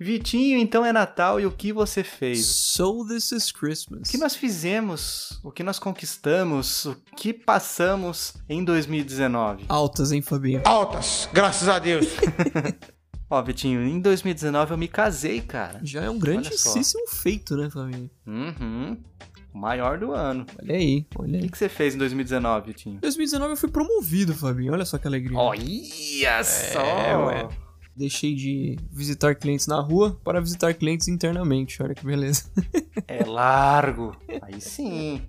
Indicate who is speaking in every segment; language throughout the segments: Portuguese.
Speaker 1: Vitinho, então é Natal e o que você fez?
Speaker 2: So this is
Speaker 1: O
Speaker 2: Christmas.
Speaker 1: que nós fizemos? O que nós conquistamos? O que passamos em 2019?
Speaker 2: Altas, hein, Fabinho?
Speaker 3: Altas, graças a Deus.
Speaker 1: Ó, Vitinho, em 2019 eu me casei, cara.
Speaker 2: Já é um
Speaker 1: só.
Speaker 2: grandíssimo feito, né, Fabinho?
Speaker 1: Uhum. O maior do ano.
Speaker 2: Olha aí, olha
Speaker 1: O
Speaker 2: aí.
Speaker 1: que, que você fez em 2019, Vitinho?
Speaker 2: 2019 eu fui promovido, Fabinho. Olha só que alegria.
Speaker 1: Olha só!
Speaker 2: ué. Deixei de visitar clientes na rua para visitar clientes internamente. Olha que beleza.
Speaker 1: É largo. Aí sim.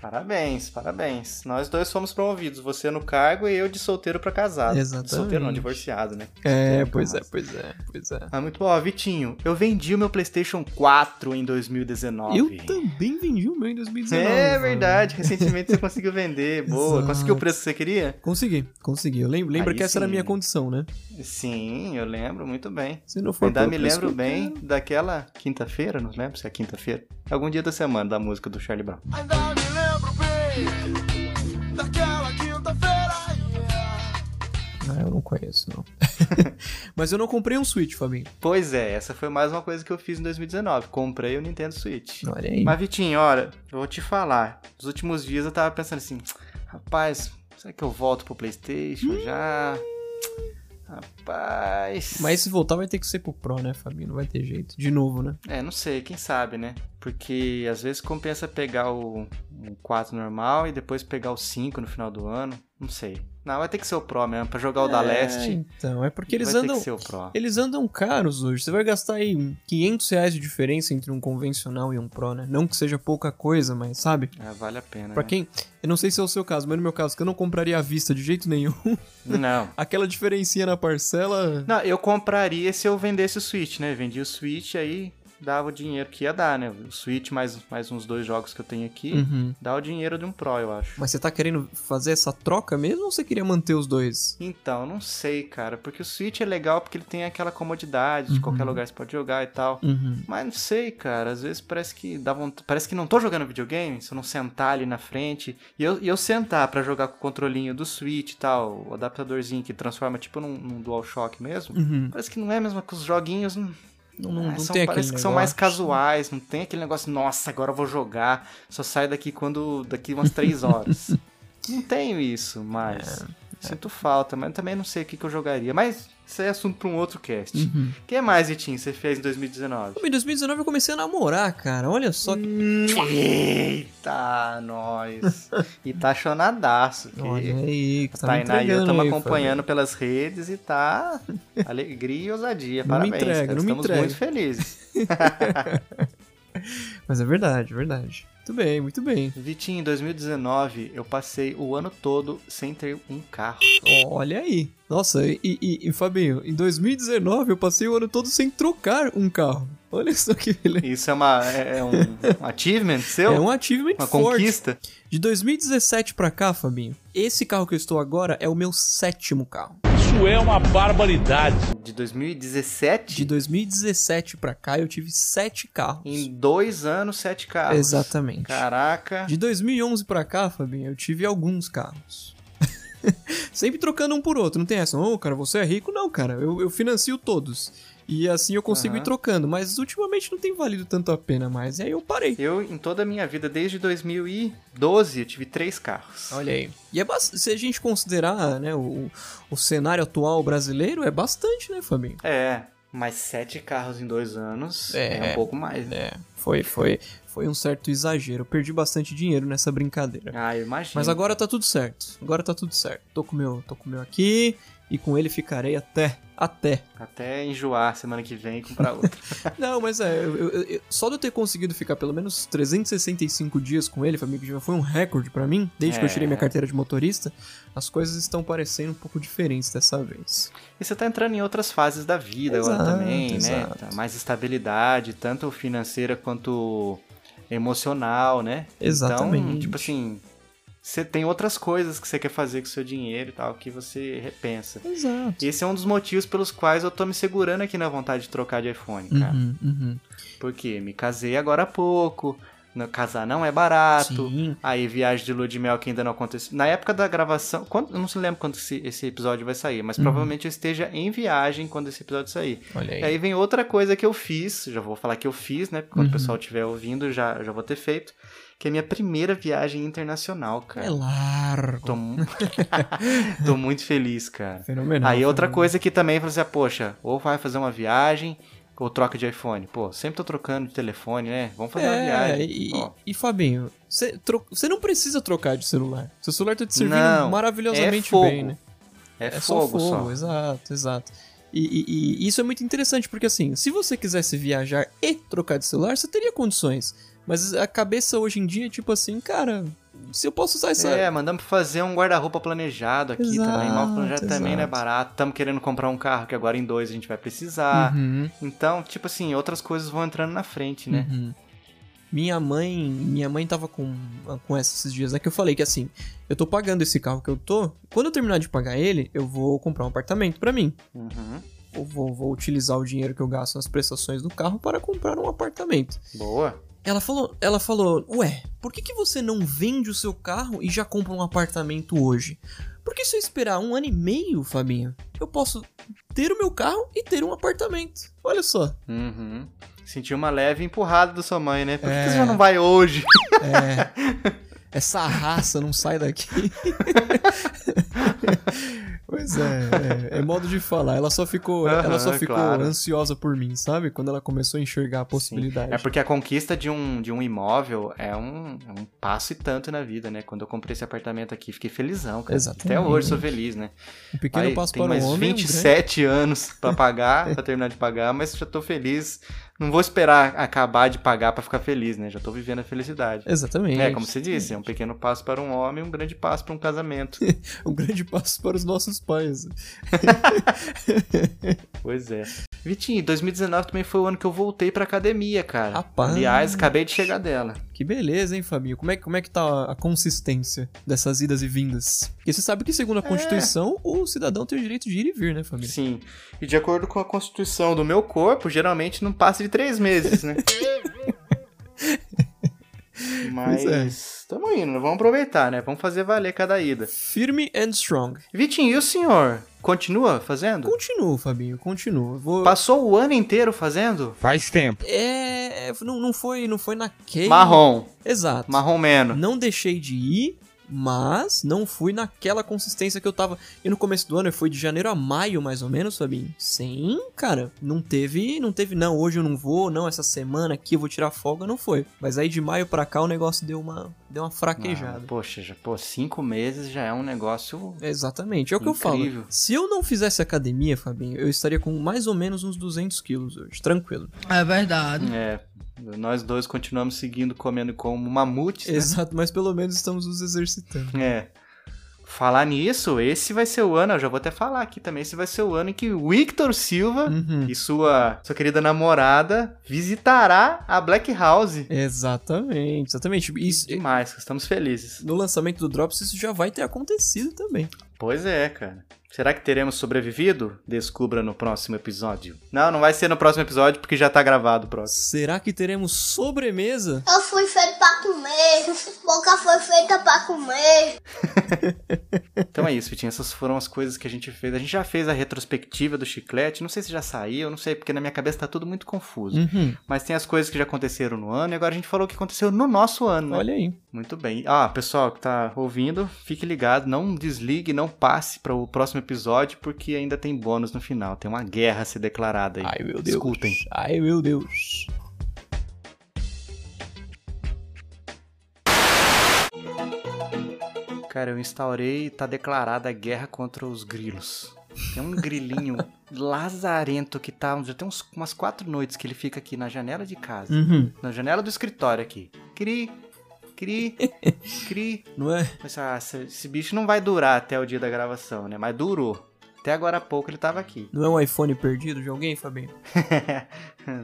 Speaker 1: Parabéns, parabéns. Nós dois fomos promovidos. Você no cargo e eu de solteiro pra casado.
Speaker 2: Exatamente.
Speaker 1: De solteiro não, divorciado, né?
Speaker 2: É,
Speaker 1: Solteiro
Speaker 2: pois
Speaker 1: pra
Speaker 2: é, pois é, pois é.
Speaker 1: Ah, muito bom. Ó, Vitinho, eu vendi o meu PlayStation 4 em 2019.
Speaker 2: Eu também vendi o meu em 2019.
Speaker 1: É
Speaker 2: Fabinho.
Speaker 1: verdade, recentemente você conseguiu vender. Boa.
Speaker 2: Exato.
Speaker 1: Conseguiu o preço que você queria?
Speaker 2: Consegui, consegui. Eu lembro, lembra
Speaker 1: Aí
Speaker 2: que essa era a
Speaker 1: sim.
Speaker 2: minha condição, né?
Speaker 1: Sim, eu lembro muito bem.
Speaker 2: Se não for
Speaker 1: Ainda
Speaker 2: pelo
Speaker 1: me
Speaker 2: preço
Speaker 1: lembro
Speaker 2: que eu
Speaker 1: bem daquela quinta-feira, não lembro se é quinta-feira. Algum dia da semana da música do Charlie Brown.
Speaker 3: Ainda me lembro bem daquela quinta-feira.
Speaker 2: quero- Ah, eu não conheço, não. Mas eu não comprei um Switch, Fabinho.
Speaker 1: Pois é, essa foi mais uma coisa que eu fiz em 2019. Comprei o Nintendo Switch.
Speaker 2: Olha aí.
Speaker 1: Mas, Vitinho, olha, eu vou te falar. Nos últimos dias eu tava pensando assim, rapaz, será que eu volto pro Playstation já? Rapaz.
Speaker 2: Mas se voltar vai ter que ser pro Pro, né, Fabinho? Não vai ter jeito. De novo, né?
Speaker 1: É, não sei, quem sabe, né? Porque às vezes compensa pegar o, o 4 normal e depois pegar o 5 no final do ano. Não sei. Não, vai ter que ser o Pro mesmo, pra jogar o da
Speaker 2: É,
Speaker 1: Leste.
Speaker 2: Então, é porque eles
Speaker 1: vai
Speaker 2: andam.
Speaker 1: ter que ser o Pro.
Speaker 2: Eles andam caros hoje. Você vai gastar aí 500 reais de diferença entre um convencional e um Pro, né? Não que seja pouca coisa, mas sabe?
Speaker 1: É, vale a pena.
Speaker 2: Pra
Speaker 1: né?
Speaker 2: quem. Eu não sei se é o seu caso, mas no meu caso, que eu não compraria à vista de jeito nenhum.
Speaker 1: Não.
Speaker 2: Aquela diferencinha na parcela.
Speaker 1: Não, eu compraria se eu vendesse o Switch, né? Vendi o Switch, aí dava o dinheiro que ia dar, né? O Switch mais, mais uns dois jogos que eu tenho aqui.
Speaker 2: Uhum.
Speaker 1: Dá o dinheiro de um Pro, eu acho.
Speaker 2: Mas você tá querendo fazer essa troca mesmo ou você queria manter os dois?
Speaker 1: Então, não sei, cara. Porque o Switch é legal porque ele tem aquela comodidade de
Speaker 2: Uhum.
Speaker 1: qualquer lugar você pode jogar e tal.
Speaker 2: Uhum.
Speaker 1: Mas não sei, cara. Às vezes parece que dá vontade. Parece que não tô jogando videogame se eu não sentar ali na frente. E eu, e eu sentar pra jogar com o controlinho do Switch e tal, o adaptadorzinho que transforma tipo num, num DualShock mesmo.
Speaker 2: Uhum.
Speaker 1: Parece que não é mesmo que os joguinhos. Não,
Speaker 2: Não, não,
Speaker 1: Ah,
Speaker 2: não
Speaker 1: são-
Speaker 2: tem aquele
Speaker 1: parece que são
Speaker 2: negócio.
Speaker 1: mais casuais, não tem aquele negócio, nossa, agora eu vou jogar, só saio daqui quando. daqui umas três horas. não tenho isso
Speaker 2: É,
Speaker 1: mais. Sinto falta, mas também não sei o que, que eu jogaria. Mas isso é assunto pra um outro cast. O
Speaker 2: Uhum.
Speaker 1: que mais, Vitinho, você fez em 2019?
Speaker 2: Em 2019 eu comecei a namorar, cara. Olha só que.
Speaker 1: Eita, nós. E tá chonadaço. Que...
Speaker 2: Olha aí, que tá me
Speaker 1: Tainá e eu
Speaker 2: entregando
Speaker 1: estamos
Speaker 2: aí,
Speaker 1: acompanhando pelas redes e tá alegria e ousadia.
Speaker 2: Não me
Speaker 1: Parabéns,
Speaker 2: entrega,
Speaker 1: cara.
Speaker 2: não me
Speaker 1: Estamos
Speaker 2: entrega.
Speaker 1: muito felizes.
Speaker 2: Fabinho. Mas é verdade, é verdade. Muito bem, muito bem.
Speaker 1: Vitinho, em 2019 eu passei o ano todo sem ter um carro.
Speaker 2: Olha aí. Nossa, e, e, e Fabinho, em 2019 eu passei o ano todo sem trocar um carro. Olha só que beleza.
Speaker 1: Isso é, uma, é, é um um achievement seu?
Speaker 2: É um achievement
Speaker 1: uma
Speaker 2: forte.
Speaker 1: conquista?
Speaker 2: De 2017 pra cá, Fabinho, esse carro que eu estou agora é o meu sétimo carro.
Speaker 4: Isso é uma barbaridade.
Speaker 1: De
Speaker 2: De
Speaker 1: 2017?
Speaker 2: 2017 pra cá eu tive sete carros.
Speaker 1: Em dois anos, sete carros.
Speaker 2: Exatamente.
Speaker 1: Caraca.
Speaker 2: De 2011 pra cá, Fabinho, eu tive alguns carros. Sempre trocando um por outro, não tem essa. Ô, cara, você é rico? Não, cara, eu, eu financio todos. E assim eu consigo
Speaker 1: Aham.
Speaker 2: ir trocando, mas ultimamente não tem valido tanto a pena mais. E aí eu parei.
Speaker 1: Eu, em toda a minha vida, desde 2012, eu tive três carros.
Speaker 2: Olha aí. E é bas- se a gente considerar né, o, o cenário atual brasileiro, é bastante, né, Fabinho?
Speaker 1: É, mas sete carros em dois anos é,
Speaker 2: É.
Speaker 1: um pouco mais, né?
Speaker 2: É, foi, foi, foi um certo exagero. Eu perdi bastante dinheiro nessa brincadeira.
Speaker 1: Ah, eu imagino.
Speaker 2: É. Mas agora tá tudo certo. Agora tá tudo certo. Tô com o meu, tô com o meu aqui e com ele ficarei até, até.
Speaker 1: Até enjoar semana que vem e comprar outro.
Speaker 2: Não, mas é, eu- eu- eu- só de eu ter conseguido ficar pelo menos 365 dias com ele, Fabinho, que já foi um recorde pra mim, desde que eu tirei minha
Speaker 1: É.
Speaker 2: carteira de motorista, as coisas estão parecendo um pouco diferentes dessa vez.
Speaker 1: e você tá entrando em outras fases da vida agora
Speaker 2: Exato,
Speaker 1: também, né?
Speaker 2: exato.
Speaker 1: Tá mais estabilidade, tanto financeira quanto emocional, né? Então,
Speaker 2: Exatamente.
Speaker 1: tipo assim, você tem outras coisas que você quer fazer com o seu dinheiro e tal, que você repensa.
Speaker 2: Exato.
Speaker 1: Esse é um dos motivos pelos quais eu tô me segurando aqui na vontade de trocar de iPhone, cara.
Speaker 2: Uhum, uhum.
Speaker 1: Porque me casei agora há pouco, no- casar não é barato.
Speaker 2: Sim.
Speaker 1: Aí viagem de lua de mel que ainda não aconteceu. Na época da gravação, quando, eu não se lembro quando esse, esse episódio vai sair,
Speaker 2: Uhum.
Speaker 1: mas provavelmente eu esteja em viagem quando esse episódio sair.
Speaker 2: Olha
Speaker 1: E aí vem outra coisa que eu fiz, já vou falar que eu fiz, né? Porque
Speaker 2: Uhum.
Speaker 1: Quando o pessoal estiver ouvindo, já, já vou ter feito. Que é a minha primeira viagem internacional, cara.
Speaker 2: É largo.
Speaker 1: Tô, mu- Tô muito feliz, cara.
Speaker 2: Fenomenal.
Speaker 1: Aí outra coisa que também eu falei assim, ah, poxa, ou vai fazer uma viagem ou troca de iPhone. Pô, sempre tô trocando de telefone, né? Vamos fazer uma
Speaker 2: É,
Speaker 1: viagem.
Speaker 2: e,
Speaker 1: Ó,
Speaker 2: e Fabinho, você tro- você não precisa trocar de celular. Seu celular tá te servindo
Speaker 1: Não,
Speaker 2: maravilhosamente
Speaker 1: é fogo.
Speaker 2: bem, né?
Speaker 1: é,
Speaker 2: É só
Speaker 1: fogo só.
Speaker 2: fogo, exato, exato. E, e- e isso é muito interessante, porque assim, se você quisesse viajar e trocar de celular, você teria condições. Mas a cabeça hoje em dia é tipo assim, cara, se eu posso usar essa.
Speaker 1: É, mandamos fazer um guarda-roupa planejado aqui
Speaker 2: Exato,
Speaker 1: também. Mal planejado também não é
Speaker 2: exato.
Speaker 1: barato. Estamos querendo comprar um carro que agora em dois a gente vai precisar.
Speaker 2: Uhum,
Speaker 1: Então, tipo assim, outras coisas vão entrando na frente, né?
Speaker 2: uhum. Minha mãe, minha mãe tava com, com essa esses dias, né? Que eu falei que assim, eu tô pagando esse carro que eu tô. Quando eu terminar de pagar ele, eu vou comprar um apartamento pra mim.
Speaker 1: Uhum.
Speaker 2: Eu vou, vou utilizar o dinheiro que eu gasto nas prestações do carro para comprar um apartamento.
Speaker 1: Boa.
Speaker 2: Ela falou, ela falou, ué, por que, que você não vende o seu carro e já compra um apartamento hoje? Porque se eu esperar um ano e meio, Fabinho, eu posso ter o meu carro e ter um apartamento. Olha só.
Speaker 1: Uhum. Senti uma leve empurrada da sua mãe, né? Por que,
Speaker 2: É.
Speaker 1: que você já não vai hoje?
Speaker 2: Essa raça não sai daqui. pois é, é, é modo de falar. Ela só ficou, ela só
Speaker 1: Aham,
Speaker 2: ficou
Speaker 1: claro.
Speaker 2: ansiosa por mim, sabe? Quando ela começou a enxergar a possibilidade.
Speaker 1: É porque a conquista de um, de um imóvel é um, é um passo e tanto na vida, né? Quando eu comprei esse apartamento aqui, fiquei felizão, cara.
Speaker 2: Exatamente.
Speaker 1: Até hoje sou feliz, né?
Speaker 2: Um pequeno
Speaker 1: Aí,
Speaker 2: passo
Speaker 1: tem
Speaker 2: para
Speaker 1: mais
Speaker 2: o homem. um grande-
Speaker 1: 27 anos pra pagar, pra terminar de pagar, mas já tô feliz. Não vou esperar acabar de pagar pra ficar feliz, né? Já tô vivendo a felicidade.
Speaker 2: Exatamente.
Speaker 1: É, como você disse, é um pequeno passo para um homem, um grande passo para um casamento.
Speaker 2: Um grande passo para os nossos pais.
Speaker 1: pois é. Vitinho, 2019 também foi o ano que eu voltei pra academia, cara.
Speaker 2: Rapaz.
Speaker 1: Tá. Aliás, acabei de chegar dela.
Speaker 2: Que beleza, hein, Fabinho? Como é, como é que tá a consistência dessas idas e vindas? Porque você sabe que, segundo
Speaker 1: É.
Speaker 2: a Constituição, o cidadão tem o direito de ir e vir, né, Fabinho?
Speaker 1: Sim. E de acordo com a constituição do meu corpo, geralmente não passa de três meses, né? Mas estamos indo, vamos aproveitar, né? Vamos fazer valer cada ida.
Speaker 2: Firme and strong.
Speaker 1: Vitinho, e o senhor? Continua fazendo?
Speaker 2: Continuo, Fabinho, continuo. Eu Vou...
Speaker 1: Passou o ano inteiro fazendo?
Speaker 4: Faz tempo.
Speaker 2: É. é, Não, não, foi, não foi na queima.
Speaker 1: Marrom,
Speaker 2: Exato.
Speaker 1: marrom menos.
Speaker 2: Não deixei de ir, mas não fui naquela consistência que eu tava. E no começo do ano eu fui de janeiro a maio, mais ou menos, Fabinho. Sim, cara, não teve, não teve, não, hoje eu não vou, não, essa semana aqui eu vou tirar folga, não foi. Mas aí de maio pra cá o negócio deu uma, deu uma
Speaker 1: Ah,
Speaker 2: fraquejada.
Speaker 1: poxa, já, pô, cinco meses já é um negócio.
Speaker 2: Exatamente, é o que eu
Speaker 1: Incrível.
Speaker 2: falo. Se eu não fizesse academia, Fabinho, eu estaria com mais ou menos uns 200 quilos hoje, tranquilo.
Speaker 5: É verdade.
Speaker 1: É, nós dois continuamos seguindo comendo como mamutes. né?
Speaker 2: Exato, mas pelo menos estamos nos exercitando.
Speaker 1: É. Falar nisso, esse vai ser o ano, eu já vou até falar aqui também, esse vai ser o ano em que o Victor Silva
Speaker 2: Uhum.
Speaker 1: e sua, sua querida namorada visitará a Black House.
Speaker 2: Exatamente, exatamente. Isso,
Speaker 1: Demais, estamos felizes.
Speaker 2: no lançamento do Drops isso já vai ter acontecido também.
Speaker 1: Pois é, cara. Será que teremos sobrevivido? Descubra no próximo episódio. Não, não vai ser no próximo episódio, porque já tá gravado o próximo.
Speaker 2: Será que teremos sobremesa?
Speaker 6: Eu fui feito pra comer, boca foi feita pra comer.
Speaker 1: Então é isso, Vitinho. Essas foram as coisas que a gente fez. A gente já fez a retrospectiva do chiclete. Não sei se já saiu, não sei, porque na minha cabeça tá tudo muito confuso.
Speaker 2: Uhum.
Speaker 1: Mas tem as coisas que já aconteceram no ano e agora a gente falou o que aconteceu no nosso ano, né?
Speaker 2: Uhum. Olha aí.
Speaker 1: Muito bem. Ah, pessoal que tá ouvindo, fique ligado, não desligue, não passe para o próximo episódio, porque ainda tem bônus no final. Tem uma guerra a ser declarada aí.
Speaker 2: Ai, meu Deus.
Speaker 1: Escutem.
Speaker 2: Ai, meu Deus.
Speaker 1: Cara, eu instaurei e tá declarada a guerra contra os grilos. Tem um grilinho lazarento que tá. Já tem uns, umas quatro noites que ele fica aqui na janela de casa.
Speaker 2: Uhum.
Speaker 1: Na janela do escritório aqui. Cri, cri, cri.
Speaker 2: Não é?
Speaker 1: Mas, ah, esse, esse bicho não vai durar até o dia da gravação, né? Mas durou. Até agora há pouco ele tava aqui.
Speaker 2: Não é um iPhone perdido de alguém, Fabinho?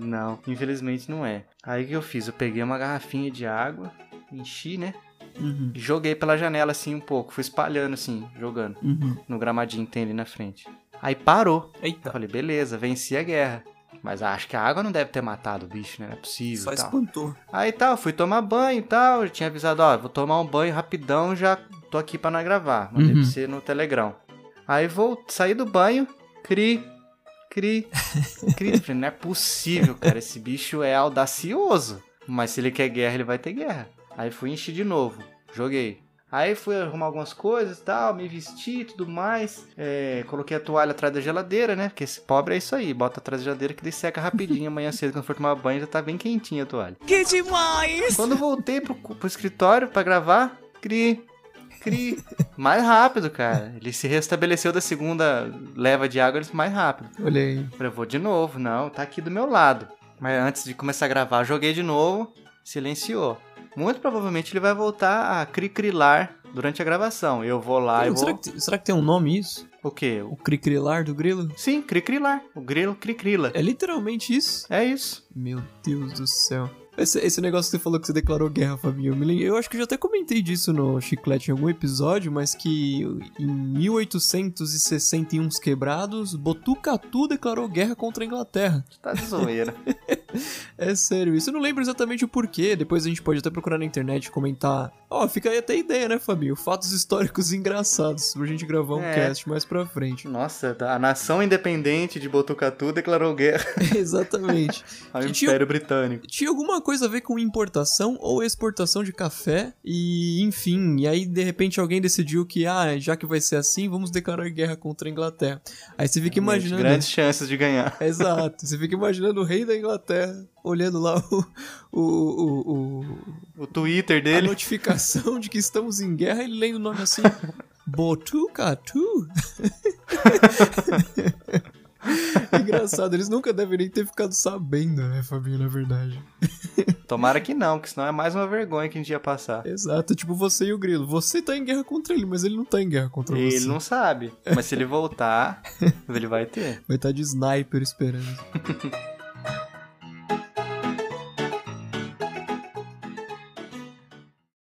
Speaker 1: não, infelizmente não é. Aí o que eu fiz? Eu peguei uma garrafinha de água, enchi, né?
Speaker 2: Uhum.
Speaker 1: E joguei pela janela assim um pouco. Fui espalhando assim, jogando.
Speaker 2: Uhum.
Speaker 1: No gramadinho que tem ali na frente. Aí parou. Eu
Speaker 2: Eita.
Speaker 1: falei, beleza, venci a guerra. Mas acho que a água não deve ter matado o bicho, né? Não é possível.
Speaker 2: Só
Speaker 1: e tal.
Speaker 2: espantou.
Speaker 1: Aí tal, fui tomar banho e tal. Eu tinha avisado, ó, vou tomar um banho rapidão, já tô aqui pra não gravar. Mandei
Speaker 2: Uhum.
Speaker 1: pra você no Telegram. Aí vou sair do banho, cri, cri, cri. Falei, não é possível, cara. Esse bicho é audacioso. Mas se ele quer guerra, ele vai ter guerra. Aí fui enchi de novo. Joguei. Aí fui arrumar algumas coisas e tal, me vesti e tudo mais. É, coloquei a toalha atrás da geladeira, né? Porque esse pobre é isso aí. Bota atrás da geladeira que daí seca rapidinho. Amanhã cedo, quando for tomar banho, já tá bem quentinha a toalha.
Speaker 5: Que demais!
Speaker 1: Quando eu voltei pro, cu- pro escritório pra gravar, cri, cri. Mais rápido, cara. Ele se restabeleceu da segunda leva de água, ele mais rápido.
Speaker 2: Olha aí.
Speaker 1: Falei, eu vou de novo. Não, tá aqui do meu lado. Mas antes de começar a gravar, joguei de novo, silenciou. Muito provavelmente ele vai voltar a cri-crilar durante a gravação. Eu vou lá e
Speaker 2: será,
Speaker 1: vou...
Speaker 2: que, te- será que tem um nome isso?
Speaker 1: O quê?
Speaker 2: O cricrilar do grilo?
Speaker 1: Sim, cri-crilar. O grilo cri-crila.
Speaker 2: É literalmente isso?
Speaker 1: É isso.
Speaker 2: Meu Deus do céu. Esse, esse negócio que você falou que você declarou guerra, Fabinho, eu, me lem- eu acho que eu já até comentei disso no Chiclete em algum episódio, mas que em 1861 quebrados, Botucatu declarou guerra contra a Inglaterra.
Speaker 1: Tá de zoeira.
Speaker 2: É sério isso. Eu não lembro exatamente o porquê. Depois a gente pode até procurar na internet e comentar. Ó, fica aí até ideia, né, Fabinho? Fatos históricos engraçados pra gente gravar um
Speaker 1: É.
Speaker 2: cast mais pra frente.
Speaker 1: Nossa, a nação independente de Botucatu declarou guerra
Speaker 2: Exatamente.
Speaker 1: ao
Speaker 2: Que tio-
Speaker 1: Império Britânico.
Speaker 2: Tinha alguma coisa a ver com importação ou exportação de café e, enfim, e aí de repente alguém decidiu que, ah, já que vai ser assim, vamos declarar guerra contra a Inglaterra. Aí você fica
Speaker 1: Realmente,
Speaker 2: imaginando.
Speaker 1: Grandes chances de ganhar.
Speaker 2: Exato, você fica imaginando o rei da Inglaterra olhando lá o- o- o, o,
Speaker 1: O Twitter
Speaker 2: a
Speaker 1: dele.
Speaker 2: notificação de que estamos em guerra, ele lendo o nome assim. Botucatu? Engraçado, eles nunca devem nem ter ficado sabendo, né, Fabinho, na verdade.
Speaker 1: Tomara que não, porque senão é mais uma vergonha que a gente ia passar.
Speaker 2: Exato, tipo você e o Grilo. Você tá em guerra contra ele, mas ele não tá em guerra contra
Speaker 1: Ele
Speaker 2: você.
Speaker 1: não sabe. Mas se ele voltar, ele vai ter.
Speaker 2: Vai estar de sniper tá esperando.